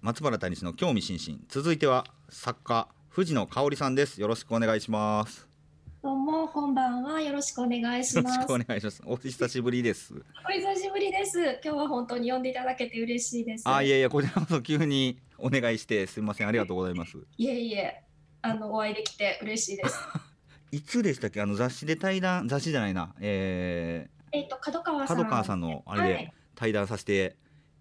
松原谷氏の興味津々続いては作家藤野香織さんですよろしくお願いしますどうも、こんばんは。よろしくお願いしよろましす。くお願いしますお久しぶりですお久しぶりです。今日は本当に呼んでいただけて嬉しいです。あいえやいやこちらこそ急にお願いしてすみませんありがとうございますいえあのお会いできて嬉しいです。いつでしたっけあの雑誌で対談雑誌じゃないなええっと角川ー、さん。角川さんのあれはでい対談させて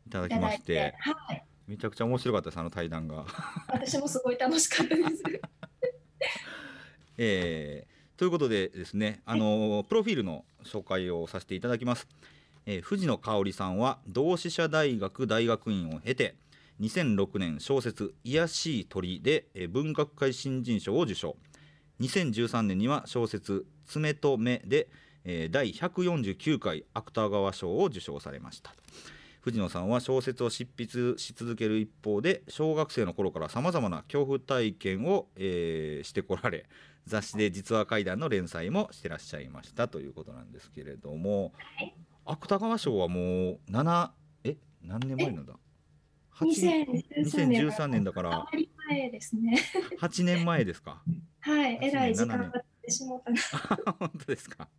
いただいきたまだいしてて、はい。めちゃくちゃ面白かったですあの対談が私もすごい楽しかっ たです。えー、ということでですねあのプロフィールの紹介をさせていただきます、えー、藤野香織さんは同志社大学大学院を経て2006年小説「いやしい鳥で」えー文学界新人賞を受賞2013年には小説「爪と目で」えー第149回芥川賞を受賞されました藤野さんは小説を執筆し続ける一方で小学生の頃からさまざまな恐怖体験を、えーしてこられ雑誌で実話怪談の連載もしてらっしゃいましたということなんですけれども、はい芥川賞はもう7え何年前なんだ8 2013年。 2013年だかあらまり前ですね。 8年前ですかはい。えらい時8間年が経ってしまった な。本当ですか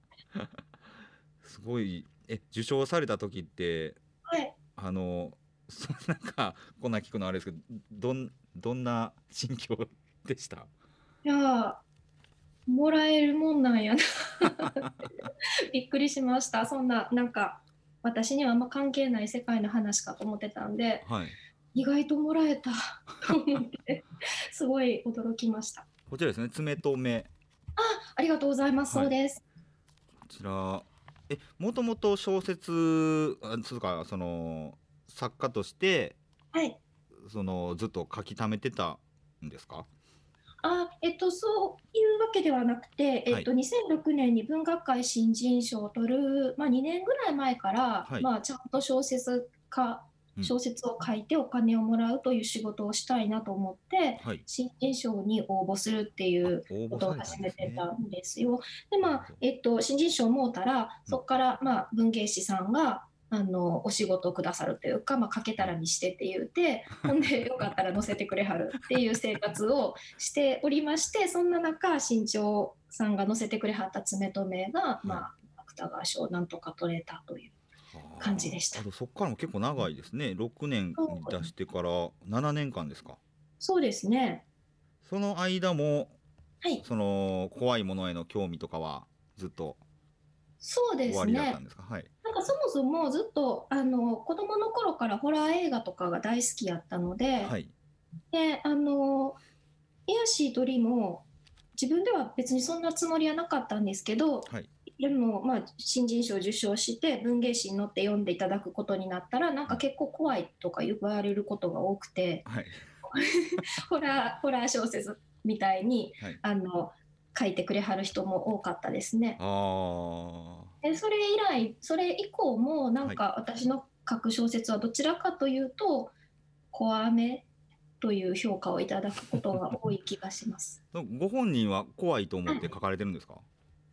すごいえ受賞された時ってはい。あのそんなんかこんなん聞くのあれですけどどんどんな心境でしたいやーもらえるもんなん やな。びっくりしました。そんななんか私にはあんま関係ない世界の話かと思ってたんで。はい意外ともらえた と思ってすごい驚きましたこちらですね爪と目こありがとうございます、はいそうですちらえもともと小説あそうかその作家としてはいそのずっと書き溜めてたんですかあえっとそういうわけではなくて、えっと、2006年に文学界新人賞を取る、まあ、2年ぐらい前から、はいまあ、ちゃんと小説家うん小説を書いてお金をもらうという仕事をしたいなと思ってはい新人賞に応募するっていう応こ募とをされた始んですねめてたんですよ。でまあえっと新人賞をもうたらそこからまあ文芸師さんがあのお仕事をくださるというか、まあ、かけたらにしてって言うてほんでよかったら載せてくれはるっていう生活をしておりましてそんな中新潮さんが載せてくれはった爪とめが、まあ、芥川賞をなんとか取れたというはあ感じでしたあとそこからも結構長いですね6年に出してから7年間ですかそうですねその間もはいその怖いものへの興味とかはずっとそうで終すわりだったねんですかはいなんかそもそもずっとあの子供の頃からホラー映画とかが大好きやったので、はいであの「癒やしい鳥」も自分では別にそんなつもりはなかったんですけど、はいでも、まあ、新人賞を受賞して文芸誌に載って読んでいただくことになったらなんか結構怖いとか言われることが多くて はいホラーホラー小説みたいにはいあの書いてくれはる人も多かったですね。あでそれ以来それ以降もなんか私の書く小説はどちらかというと怖めという評価をいただくことが多い気がします。 あご本人は怖いと思って書かれてるんですか、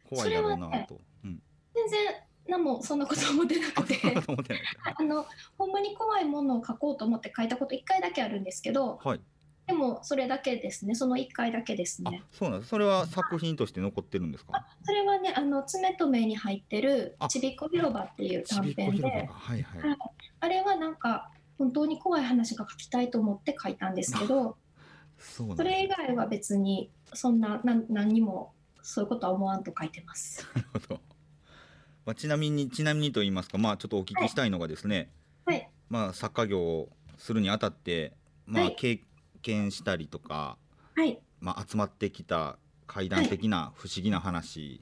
怖いだろうなと、うん全然何もそんなこと思ってなあくて そうだと思ってないですあのほんまに怖いものを書こうと思って書いたこと1回だけあるんですけどはいでもそれだけですねその1回だけですあ ねそうなんですそれは作品として残ってるんですかそれはねあの爪と目に入ってる「あちびっこ広場」っていうち短びっこ編広場でかはいはい、はいあれはなんか本当に怖い話が書きたいと思って書いたんですけどそうなんそですれ以外は別にそんななん何にもそういうことは思わんと書いてます。なるほどまあ、ちなみにちなみにと言いますかまあちょっとお聞きしたいのがですね、はいまあ作家業をするにあたってまはあい経験したりとか、はいまあ集まってきた怪談的な不思議な話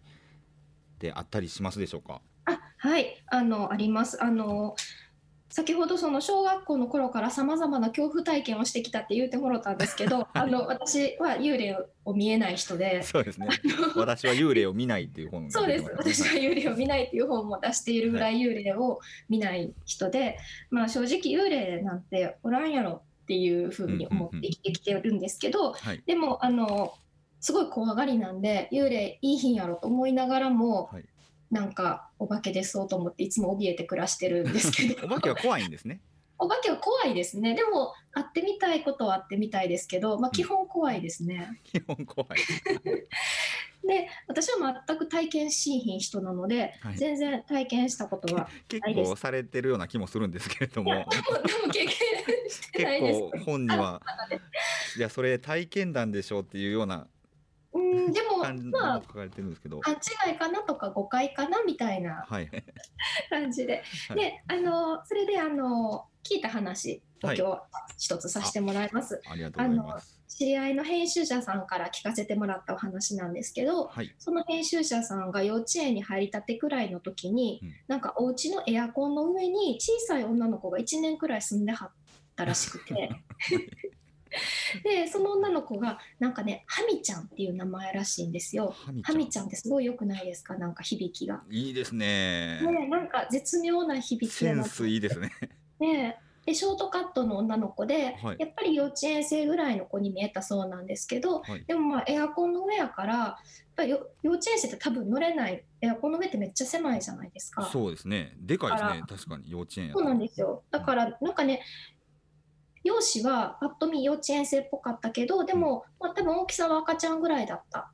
であったりしますでしょうか、あはいあのありますあの先ほどその小学校の頃からさまざまな恐怖体験をしてきたって言うてもらったんですけ ど、あの私は幽霊を見えない人 でそうですね私は幽霊を見ないっていう本がそう出でてすま私は幽霊を見ないっていう本も出しているぐらい幽霊を見ない人で、まあ正直幽霊なんておらんやろっていうふうに思って生きてきてるんですけど、はいでもあのすごい怖がりなんで幽霊いい日やろと思いながらも、はいなんかお化け出そうと思っていつも怯えて暮らしてるんですけど お 化けは怖いんですねお化けは怖いですね。でも、会ってみたいことは会ってみたいですけど、まあ、基本怖いですね。基本怖い。で、私は全く体験しいひん人なので、はい全然体験したこと は。結ないです構されてるような気もするんですけれどいや、でもも、、でも経験して結ないです。構本には、いや、それ体験談でしょうっていうようなうん、でも、感じまがあ書。かれてるんですけど、勘違いかなとか誤解かなみたいなはい。感じで、はいであのそれであの聞いた話を今日は一つさせてもらいます、ありがとうございます。知り合いの編集者さんから聞かせてもらったお話なんですけどはい。その編集者さんが幼稚園に入りたてくらいの時に、うんなんかお家のエアコンの上に小さい女の子が1年くらい住んではったらしく てでその女の子がなんかねハミちゃんっていう名前らしいんですよ。ハミハミちゃんってすごい良くないですかなんか響きが。いいですね。ねえなんか絶妙な響きセやンなスいいですね。ねえでショートカットの女の子で、はいやっぱり幼稚園生ぐらいの子に見えたそうなんですけど、はいでもまあエアコンの上やからやっぱりよ幼稚園生って多分乗れないエアコンの上ってめっちゃ狭いじゃないですか。そうですね。でかいですあねら。確かに幼稚園やそうとなんですよだからなんかね容姿はぱっと見幼稚園生っぽかったけどでも、まあ、多分大きさは赤ちゃんぐらいだった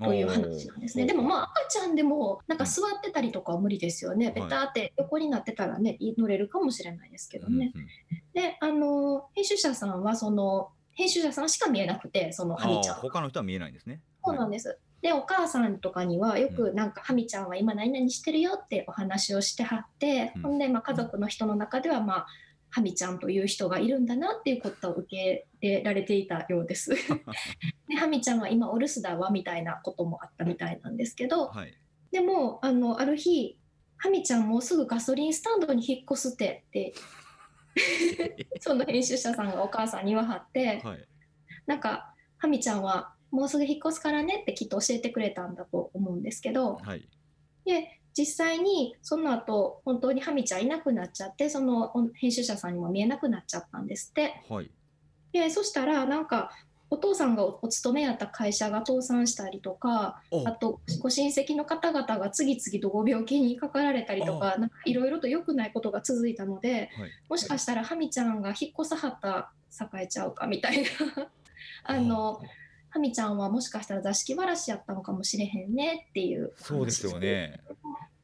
という話なんですねおーでもまあ赤ちゃんでもなんか座ってたりとかは無理ですよね、いベターって横になってたらねい乗れるかもしれないですけどね。うんうんであの編集者さんはその編集者さんしか見えなくてそのハあミちゃあん他の人は見えないんですね。そうなんでです、でお母さんとかにはようくなんか、ハミちゃんは今何々してるよってお話をしてはって、うんほんで、まあ、家族の人の中ではまあハミちゃんという人がいるんだなっていうことを受け入れられていたよ うです。でハミちゃんは今お留守だわみたいなこともあったみたいなんですけど、はい。はいでもあのある日ハミちゃんもうすぐガソリンスタンドに引っ越すってってその編集者さんがお母さんに言わはってはい。なんかハミちゃんはもうすぐ引っ越すからねってきっと教えてくれたんだと思うんですけどはい。で実際にその後本当にハミちゃんいなくなっちゃってそのお編集者さんにも見えなくなっちゃったんですってはい。でそしたらなんかお父さんがおお勤めやった会社が倒産したりとかああとご親戚の方々が次々とご病気にかかられたりとかなんかいろいろと良くないことが続いたので、はいもしかしたらハミちゃんが引っ越さはった栄えちゃうかみたいなあのハミちゃんはもしかしたら座敷わらしやったのかもしれへんねっていう話そうですよね。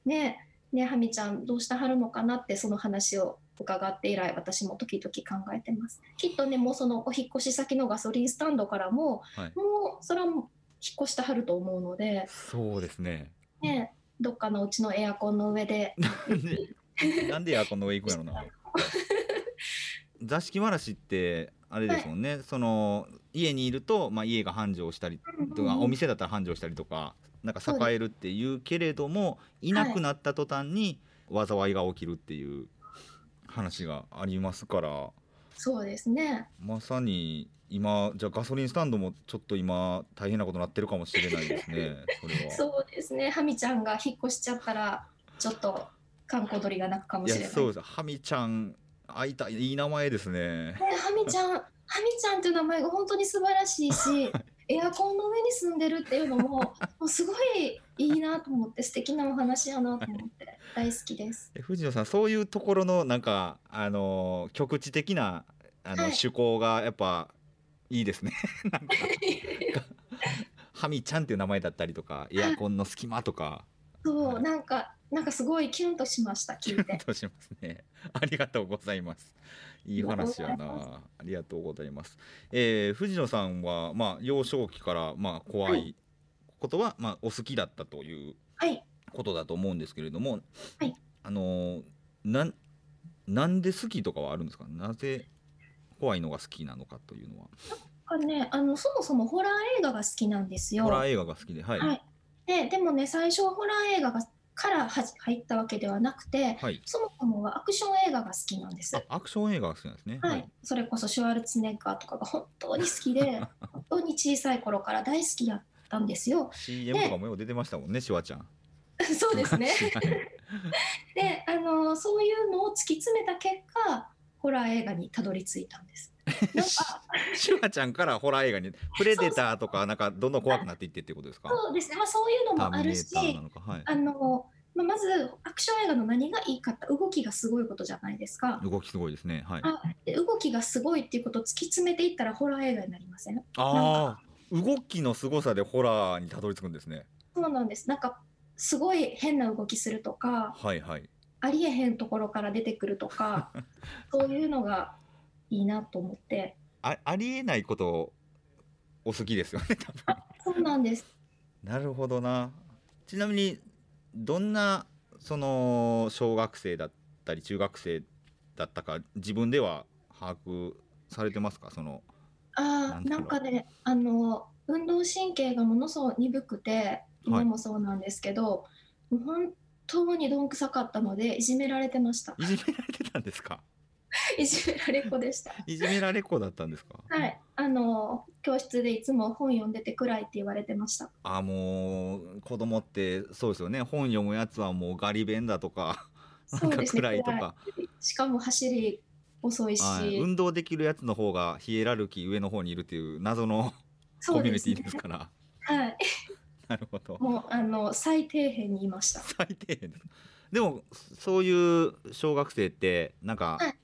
ねねハミちゃんどうしたはるのかなってその話を伺って以来私も時々考えてますきっとねもうそのお引っ越し先のガソリンスタンドからも、はいもうそれはもう引っ越してはると思うのでそうですね。ね、どっかのうちのエアコンの上で、 なんでエアコンの上行くんやろな。座敷わらしってあれですもんね。その家にいるとまあ家が繁盛したりとか、お店だったら繁盛したりとか、なんか栄えるっていうけれども、いなくなった途端に災いが起きるっていう話がありますから。そうですね。まさに今じゃあガソリンスタンドもちょっと今大変なことになってるかもしれないですねそれはそうですね。ハミちゃんが引っ越しちゃったら、ちょっと観光鳥が鳴くかもいしれなやい。そうねですハミちゃん会いたいいい名前ですねハミちゃん、ハミちゃんという名前が本当に素晴らし いし、エアコンの上に住んでるっていうのも、もうすごいいいなと思って、素敵なお話やなと思って、大好きです。え藤野さんそういうところのなんかあのー局地的なあの、はい趣向がやっぱいいですね なん かハミちゃんっていう名前だったりとかエアコンの隙間とかそう、はいなんか、なんかすごいキュンとしました、聞いて。としますね。ありがとうございます。いい話やな。ありがとうございます。えー藤野さんはまあ幼少期からまあ怖はいことはまあお好きだったというはい。ことだと思うんですけれども、はいあのーなんなんで好きとかはあるんですか。なぜ怖いのが好きなのかというのは。なんかね、あの、そもそもホラー映画が好きなんですよ。ホラー映画が好きで、はい、ははいい、ででもね最初はホラー映画がからはじ入ったわけではなくてそもそもはアクション映画が好きなんです。あアクション映画が好きなんですね。はい、それこそシュワルツェネッガーとかが本当に好 きで本当に小さい頃から大好きだったんですよ。 CM とかもよう出てましたもんね、シュワちゃん。そうです ねはいであのそういうのを突き詰めた結果ホラー映画にたどり着いたんです。なんかシュワちゃんからホラー映画に「プレデター」とかなんかどんどん怖くなっていってってことですかそうですね、まあ、そういうのもターあミネるしーターなのかはいあのまあ、まずアクション映画の何がいいかって動きがすごいことじゃないですか。動きすごいですね。はい。あで動きがすごいっていうことを突き詰めていったらホラー映画になりませんああ、動きの凄さでホラーにたどり着くんですね。そうなんですなんかすごい変な動きするとかはいはい。ありえへんところから出てくる とかそういうのがいいなと思ってあ、ありえないことを。お好きですよね。多分。そうなんですなるほどな。ちなみに。どんな。その小学生だったり、中学生。だったか、自分では把握されてますか。その。あーななんんだろうかねあの運動神経がものすごい鈍くて今もそうなんですけど、もう本当にどんくさかったのでいじめられてました いじめられてたんです か。いじめられっ子 でしたいじめられっ子だったんですか。はいあの教室でいつも本読んでてくらいって言われてましたあーもう子供ってそうですよね本読むやつはもうガリ弁だとかなんか暗いとか、暗いしかも走り遅いし、はい、運動できるやつの方がヒエラルキー上の方にいるっていう謎のコミュニティですからはい、 なるほどもうあの最底辺にいました。最低限ですでもそういう小学生ってなんかはい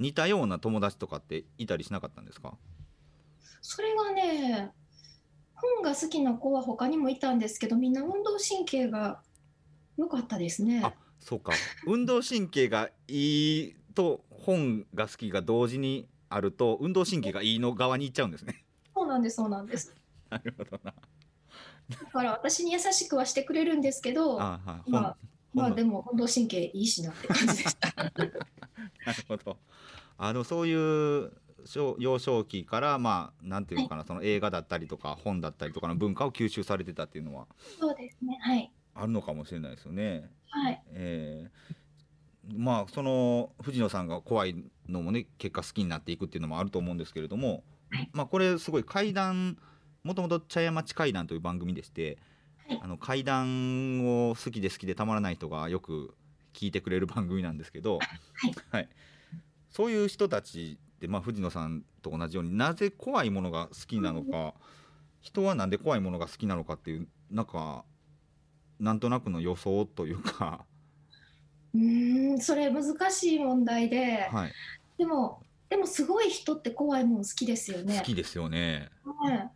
似たような友達とかっていたりしなかったんですかそれがね、本が好きな子は他にもいたんですけど、みんな運動神経が良かったですね。あそうか 運動神経がいいと本が好きが同時にあると運動神経がいいの側に行っちゃうんですね そうなんです、そうなんです。なるほどなだから私に優しくはしてくれるんですけど、あーはい本 まあ、ま本あのでも運動神経いいしなって感じで した。なるほど。あのそういう小幼少期からまあなんていうのかな、その映画だったりとか本だったりとかの文化を吸収されてたっていうのはそうですね、はい。あるのかもしれないですよね。はい、えーまあその藤野さんが怖いのもね結果好きになっていくっていうのもあると思うんですけれども、はいまあこれすごい怪談もともと茶屋町怪談という番組でして、はいあの怪談を好きで好きでたまらない人がよく聞いてくれる番組なんですけど、はいそういう人たちって、まあ、藤野さんと同じようになぜ怖いものが好きなのか、人はなんで怖いものが好きなのかっていうなんかなんとなくの予想というか。うーん、それ難しい問題で、はいでも、でもすごい人って怖いもん好きですよね。好きですよね。ね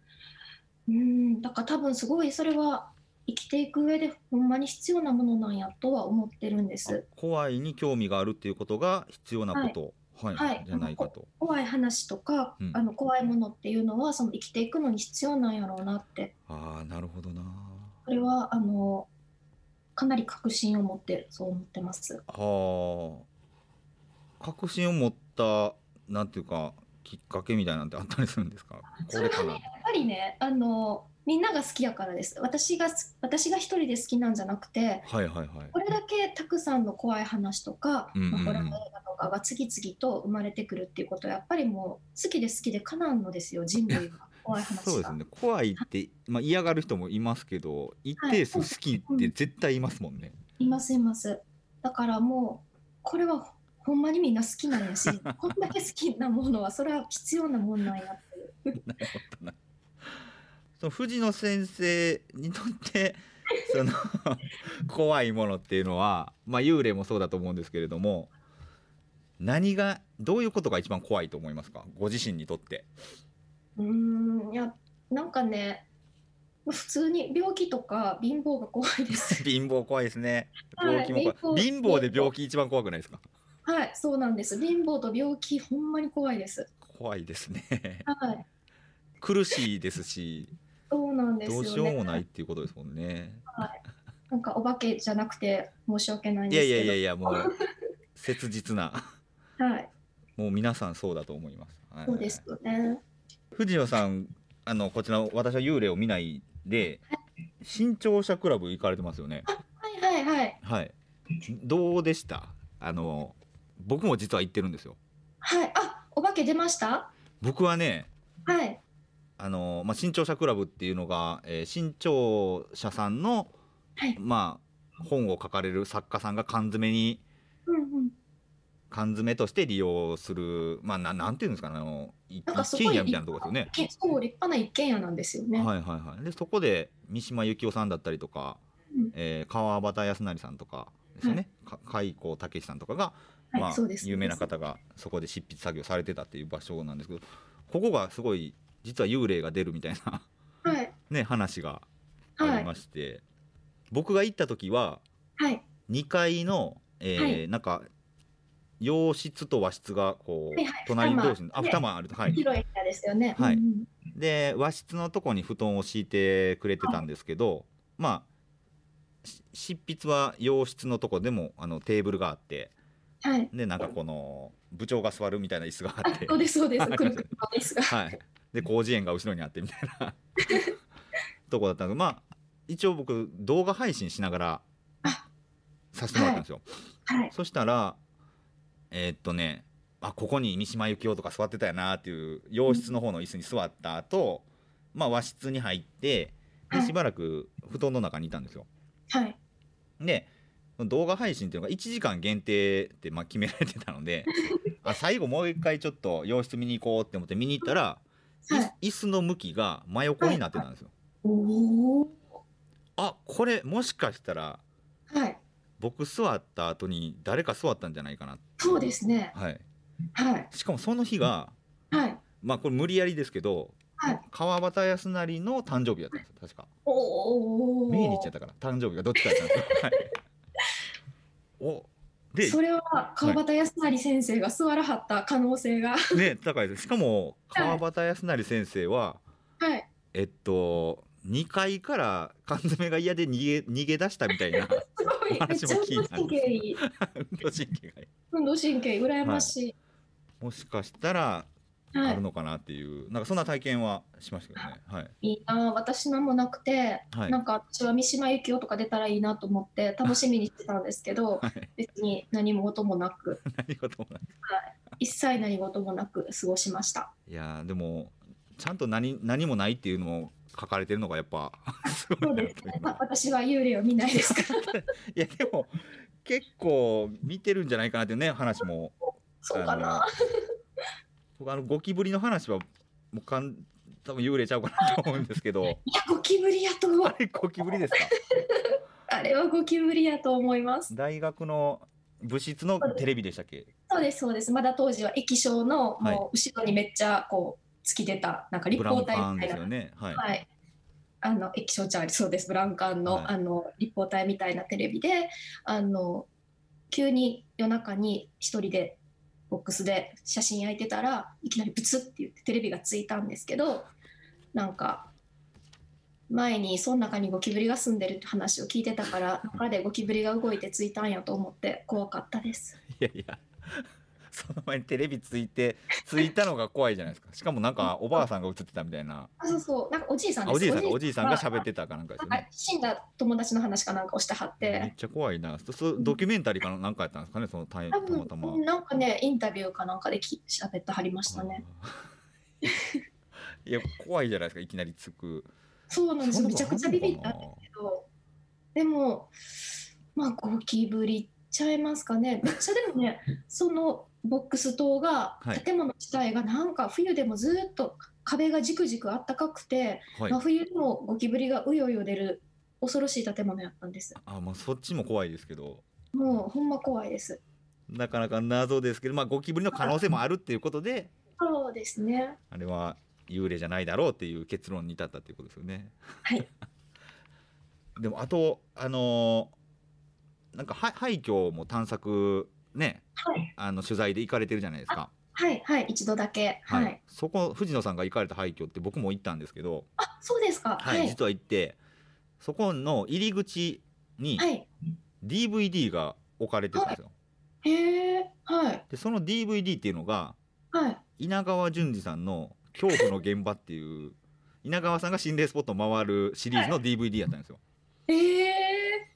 うん、だから多分すごいそれは生きていく上でほんまに必要なものなんやとは思ってるんです。怖いに興味があるっていうことが必要なこと、はいはいじゃないかと。怖い話とか、うんあの怖いものっていうのはその生きていくのに必要なんやろうなってああなるほどな。それはあのかなり確信を持ってそう思ってます。はあ確信を持ったなんていうかきっかけみたいなんてあったりするんですか。それがねやっぱりねあのみんなが好きやからです。私がす私が一人で好きなんじゃなくてはいはいはい。これだけたくさんの怖い話とか、うんうんうんまあ、ホラー映画とかが次々と生まれてくるっていうことはやっぱりもう好きで好きでかなんのですよ人類が怖い話がそうですね怖いって、まあ、嫌がる人もいますけど一定数好きって絶対いますもんね。いますいますだからもうこれはほんまにみんな好きなん やしこんだけ好きなものはそれは必要なもんなんやっていうその藤野先生にと ってその怖いものっていうのは、まあ、幽霊もそうだと思うんですけれども何がどういうことが一番怖いと思いますかご自身にと って。うーんいやなんかね普通に病気とか貧乏が怖い です貧乏怖いですね。はい病気も怖い。貧貧乏乏で病気一番怖くないですか。はいそうなんです貧乏と病気ほんまに怖いです怖いです ね。はい苦しいですし、そうなんですどようねしようもないっていうことですもんね。なんかお化けじゃなくて申し訳ないんいでやすいけど。やいやいや、もう切実な、はい、もう皆さんそうだと思います。はいそうですよね。藤野さんあのこちら私は幽霊を見ないで新潮社クラブ行かれてますよねはいはいはい。はいどうでしたあの僕も実は行ってるんですよはい。あ、お化け出ました。僕はねはい。あの、まあ、新潮社クラブっていうのが、えー新潮社さんの、はいまあ本を書かれる作家さんが缶詰にうんうん。缶詰として利用するまあななんていうんですかねあの一なんか一すご軒い家みたいなところですよねけそう立派な一軒家なんですよね。はいはいはいでそこで三島由紀夫さんだったりとかうんえー川端康成さんとかですよね、か開高武さんとかが、はいまあそうで、す有名な方がそこで執筆作業されてたっていう場所なんですけどここがすごい実は幽霊が出るみたいな、 はいね、話があはりいまして、僕が行った時ははい2階の、えーはいなんか洋室と和室がこう、はいはい隣同士にあ二間二間あるとはい広い部屋ですよね。はいうんうんで和室のとこに布団を敷いてくれてたんですけど、まあし執筆は洋室のとこでもあのテーブルがあってはい。でなんかこの部長が座るみたいな椅子がああってそうですそうです。はいくるくる回ですが。はい、で広辞苑が後ろにあってみたい なとこだったのでまあ一応僕動画配信しながらあさせてもらったんですよ、はい。そしたらえーっとねあここに三島由紀夫とか座ってたよなっていう洋室の方の椅子に座った後、まあ和室に入ってではいしばらく布団の中にいたんですよ。はい。で動画配信っていうのが1時間限定ってまあ決められてたの であ最後もう一回ちょっと洋室見に行こうって思って見に行ったら、はい。い椅子の向きが真横になってたんですよ。おお。あこれもしかしたらはい。僕座った後に誰か座ったんじゃないかな、そうですね。はい、はい。しかもその日がはい。まあこれ無理やりですけど、はい川端康成の誕生日だったんですよ確かおお。見に行っちゃったから誕生日がどっちかだったんですよ、はい、 おでそれは川端康成先生が座らはった可能性が。ね高いですしかも川端康成先生ははい。えっと2階から缶詰が嫌で逃げ逃げ出したみたいなすごい。めっ話ちもゃ聞運動いたん神です経いい。運動神経が運動神経羨ましもしかしたらい。あはるい。のかなっていう、なんかそんな体験はしましたけどね。はい。いいなあ私のもなくて、はいなんか私は三島由紀夫とか出たらいいなと思って楽しみにしてたんですけどはい。 別に何も事もなく何事もない。一切何事もなく過ごしましたいやーでもちゃんと何何もないっていうのも書かれてるのがやっぱ すごそういなでとすね、思まあ、私は幽霊を見ないです からいいやでも結構見てるんじゃないかなっていうね話も。そうかな。あの。僕あのゴキブリの話はもうかん多分幽霊ちゃうかなと思うんですけど いやゴキブリやとあれゴキブリですか。あれはゴキブリやと思います大学の部室のテレビでしたっけ。そうですそうですまだ当時は液晶のはいもう後ろにめっちゃこう突き出たなんかブ立ラウ方ン体管みたでいすなよね。はい。はい、あの液晶チャーリそうですブラウン管の,、はいあの立方体みたいなテレビであの急に夜中に一人でボックスで写真焼いてたらいきなりブツって言ってテレビがついたんですけどなんか前にその中にゴキブリが住んでるって話を聞いてたから中でゴキブリが動いてついたんやと思って怖かったです。いやいや、 その前にテレビついて、ついたのが怖いじゃないですか。しかもなんかおばあさんが映ってたみたいな。あそうそうなんかおじいさんあですおじいさんがおおじいさんが喋ってたかなんかですよなんね。か死んだ友達の話かなんかをしてはって。めっちゃ怖いな。そそドキュメンタリーかななんかやったんですかね、そのた多た分またま。なんかねインタビューかなんかでき喋ってはりましたね。 いや怖いじゃないですかいきなりつく。そうなんですよめちゃくちゃビビったんですそんなことあけどでもまあゴキブリちゃいますかねめっちゃでもねそのボックス棟がはい建物自体がなんか冬でもずっと壁がじくじくあったかくて、るの真はい。冬でもゴキブリがうようよ出る恐ろしい建物やったんですあまあそっちも怖いですけど。もうほんま怖いですなかなか謎ですけど、まあゴキブリの可能性もあるっていうことで、そうですねあれは幽霊じゃないだろうっていう結論に至ったっていうことですよね。はい でもあとあのーなんかは廃墟も探索ねはいあの取材で行かれてるじゃないですか。はいはい一度だけはい、そこ藤野さんが行かれた廃墟って僕も行ったんですけど、あそうですかはい、実は行ってそこの入り口にはい、 DVD が置かれてたんですよ。へえはいでその DVD っていうのがはい稲川淳二さんの恐怖の現場っていう稲川さんが心霊スポットを回るシリーズの DVD やったんですよ。ええ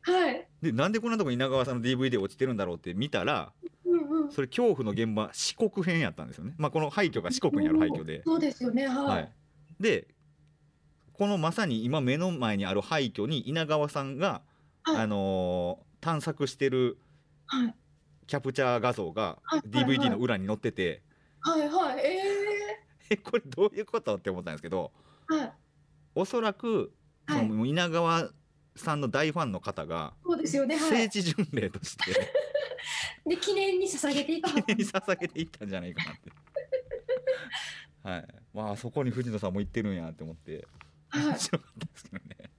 はい。でなんでこんなとこ稲川さんの DVD 落ちてるんだろうって見たらうんうん。それ恐怖の現場四国編やったんですよね。まあこの廃墟が四国にある廃墟で、そうですよね。はい。はい、でこのまさに今目の前にある廃墟に稲川さんが、はいあのー探索してるはい。キャプチャー画像がはいはいはい DVD の裏に載ってて、はい。はい。ええこれどういうことって思ったんですけどえはい。おそらく、はそい。の稲川さんの大ファンの方がそうですよね、は聖い、地巡礼として で記念に捧げてい たはず手に捧げていったんじゃないかなって。はい、まああそこに藤野さんも行ってるんやって思っては面白かったですけどね。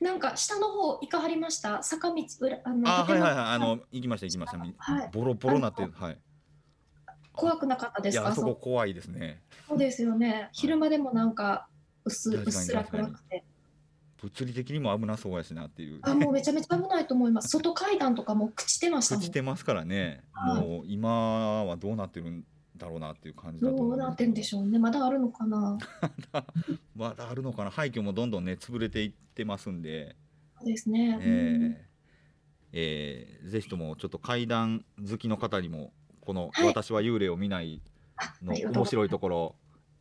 い、なんか下の方行かはりました坂道裏あのあはい建物はいはいあの行きました行きました、はいボロボロなってあはい怖くなかったでいすやかあそそこう怖いですねそうですよね昼間でもなんか薄確かにうっすら暗くて物理的にも危なそうやしなっていうあもうめちゃめちゃ危ないと思います外階段とかもう朽ちてました朽もんちてますからね、はいもう今はどうなってるんだろうなっていう感じだとど思うなってんでしょょうねまだあるのかなうまだあるのかな廃墟もどんどんね潰れていってますんで、そうですね、うんえーえーぜひともちょっと階段好きの方にもこの「はい私は幽霊を見ない」あのありがとう面ございま白いところ、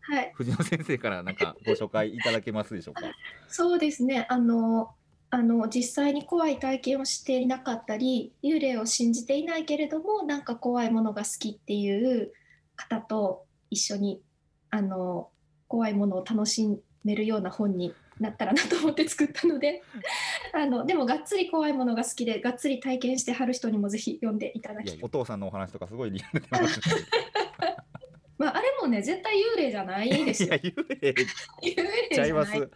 すはい藤野先生からなんかご紹介いただけますでしょう かそうですね。あの、あの、実際に怖い体験をしていなかったり、幽霊を信じていないけれども、なんか怖いものが好きっていう方と一緒に、あの、怖いものを楽しめるような本になったらなと思って作ったので、あの、でもがっつり怖いものが好きで、がっつり体験してはる人にもぜひ読んでいただいやき、お父さんのお話とかすごいリアルで面白いまあ、あれもね、絶対幽霊じゃ ないですいやよ。幽霊幽霊ちじゃいゃまなすい。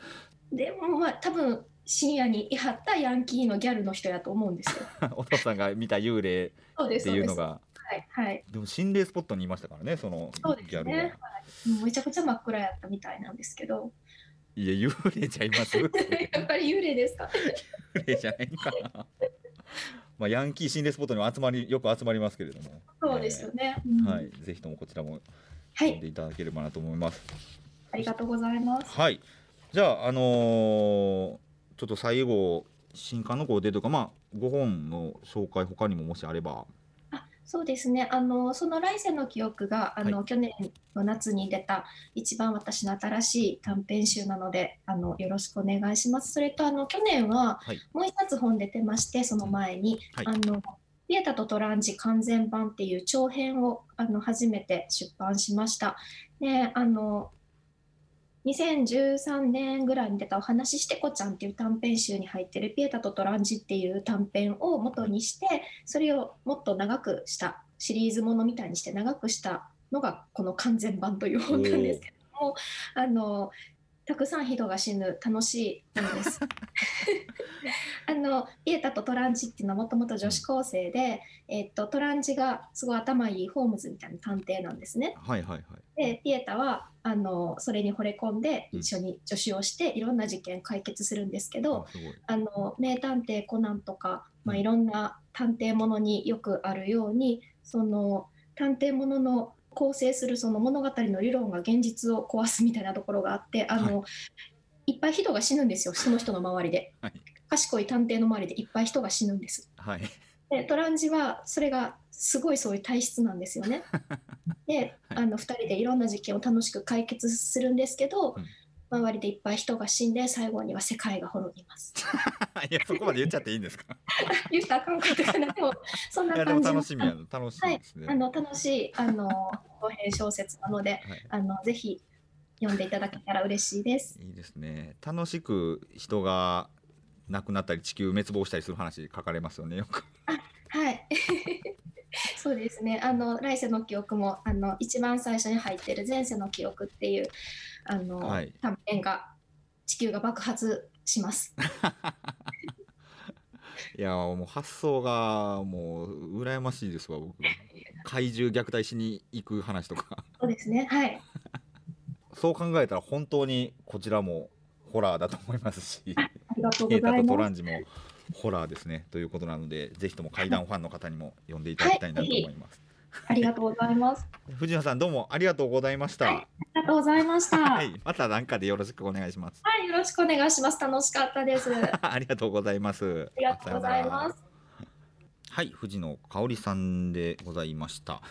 でも、まあ、多分、深夜に居張ったヤンキーのギャルの人やと思うんですよ。お父さんが見た幽霊そうでっす。ていうのがはい、はい、でも心霊スポットにいましたからねそのそうですねギャルは。もうめちゃくちゃ真っ暗やったみたいなんですけ ど。いや幽霊ちゃい ます幽やっぱり幽霊ですか。霊じゃないかな。まあヤンキー心霊スポットにも集まりよく集まりますけれども、そうですよね。うんはい、ぜひともこちらもは読んい、でいただければなと思います。ありがとうございます。はい、じゃああのーちょっと最後新刊のご出というかまあ5本の紹介他にももしあれば、あ、そうですね。あの、その来世の記憶が、あの、去年の夏に出た。一番私の新しい短編集なので、あの、よろしくお願いします。それと、あの、去年ははい、もう一冊本出てまして、その前に、はいあの。ピエタとトランジ完全版っていう長編をあの初めて出版しました。であの2013年ぐらいに出た「お話ししてこちゃん」っていう短編集に入ってる「ピエタとトランジ」っていう短編を元にしてそれをもっと長くしたシリーズものみたいにして長くしたのがこの完全版という本なんですけどもあのたくさん人が死ぬ楽しい本です。あのピエタとトランジっていうのはもともと女子高生で、えっと、トランジがすごい頭いいホームズみたいな探偵なんですね。はいはいはいでピエタはあのそれに惚れ込んでうん一緒に助手をしていろんな事件解決するんですけど、あすごいあの名探偵コナンとか、まあ、うんいろんな探偵ものによくあるようにその探偵ものの構成するその物語の理論が現実を壊すみたいなところがあってあの、い、っぱい人が死ぬんですよその人の周りで、はい賢い探偵の周りでいっぱい人が死ぬんです。はい でトランジはそれがすごいそういう体質なんです よね。で、はいあの2人でいろんな事件を楽しく解決するんですけど、うん周りでいっぱい人が死んで最後には世界が滅 びます。いやそこまで言っちゃっていいんですか。言ったら あかんかったかなでもそんいなやでも感じの楽しみやな楽しみですね。あの楽しいあの長編小説なのではいあのぜひ読んでいただけたら嬉しいです。いいですね。楽しく人が亡くなったり地球滅亡したりする話書かれますよね。よく。はい。 そうですね。あの来世の記憶もあの一番最初に入ってる前世の記憶っていうあの、はい短編が地球が爆発 します。いやもう発想がもう羨ましいですわ僕。怪獣虐待しに行く話とか。そうですね。はい。そう考えたら本当にこちらもホラーだと思いますし、ありがとうケごータざいとトまラす。ンジもホラーですねということなので、ぜひとも怪談ファンの方にも読んでいただきたいなと思います。ありがとうございます。藤野さんどうもありがとうございました。はいありがとうございました。は、はいい、またなんかでよろしくお願いします。よろしくお願いします。楽しかっ たです。あありがとうございます。りがとうございます。。はい、藤野香織さんでございました。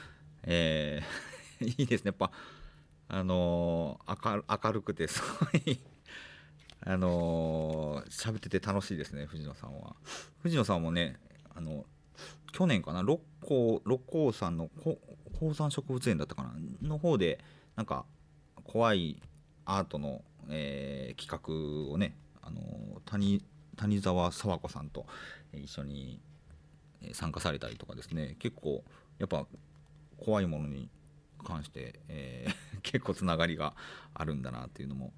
えー いいですね。やっぱあのー明る明るくてすごい あのー喋ってて楽しいですね。藤野さんは。藤野さんもね、あの去年かな六甲六甲山のこ高山植物園だったかなの方でなんか怖いアートの、えー企画をねあの谷谷沢沢子さんとえー一緒にえー参加されたりとかですね結構やっぱ怖いものに関して、えー 結構つながりがあるんだなっていうのも、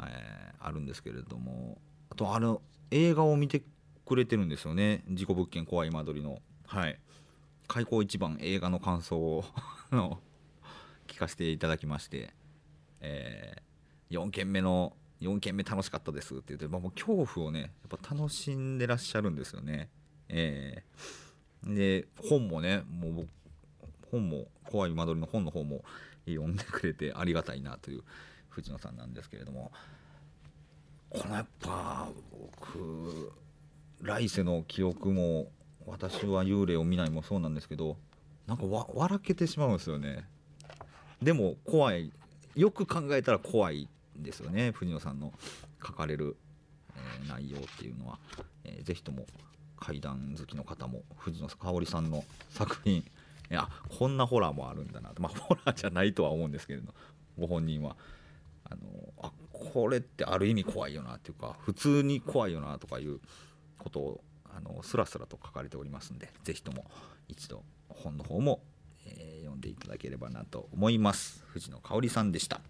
えーあるんですけれどもあとあの映画を見てくれてるんですよね「事故物件怖い間取りの」はい開口一番映画の感想を あの聞かせていただきまして、え4件目の4件目楽しかったですって言って、まあ、もう恐怖をねやっぱ楽しんでらっしゃるんですよね。えーで本もねもう僕本も怖い間取りの本の方も読んでくれてありがたいなという藤野さんなんですけれどもこのやっぱ僕来世の記憶も私は幽霊を見ないもそうなんですけどなんかわ笑けてしまうんですよねでも怖いよく考えたら怖いんですよね藤野さんの書かれる、えー内容っていうのは、えーぜひとも怪談好きの方も藤野香織さんの作品いやこんなホラーもあるんだなとまあホラーじゃないとは思うんですけれどご本人はあのあこれってある意味怖いよなっていうか普通に怖いよなとかいうことをあのスラスラと書かれておりますんでぜひとも一度本の方も、えー読んでいただければなと思います藤野香織さんでした。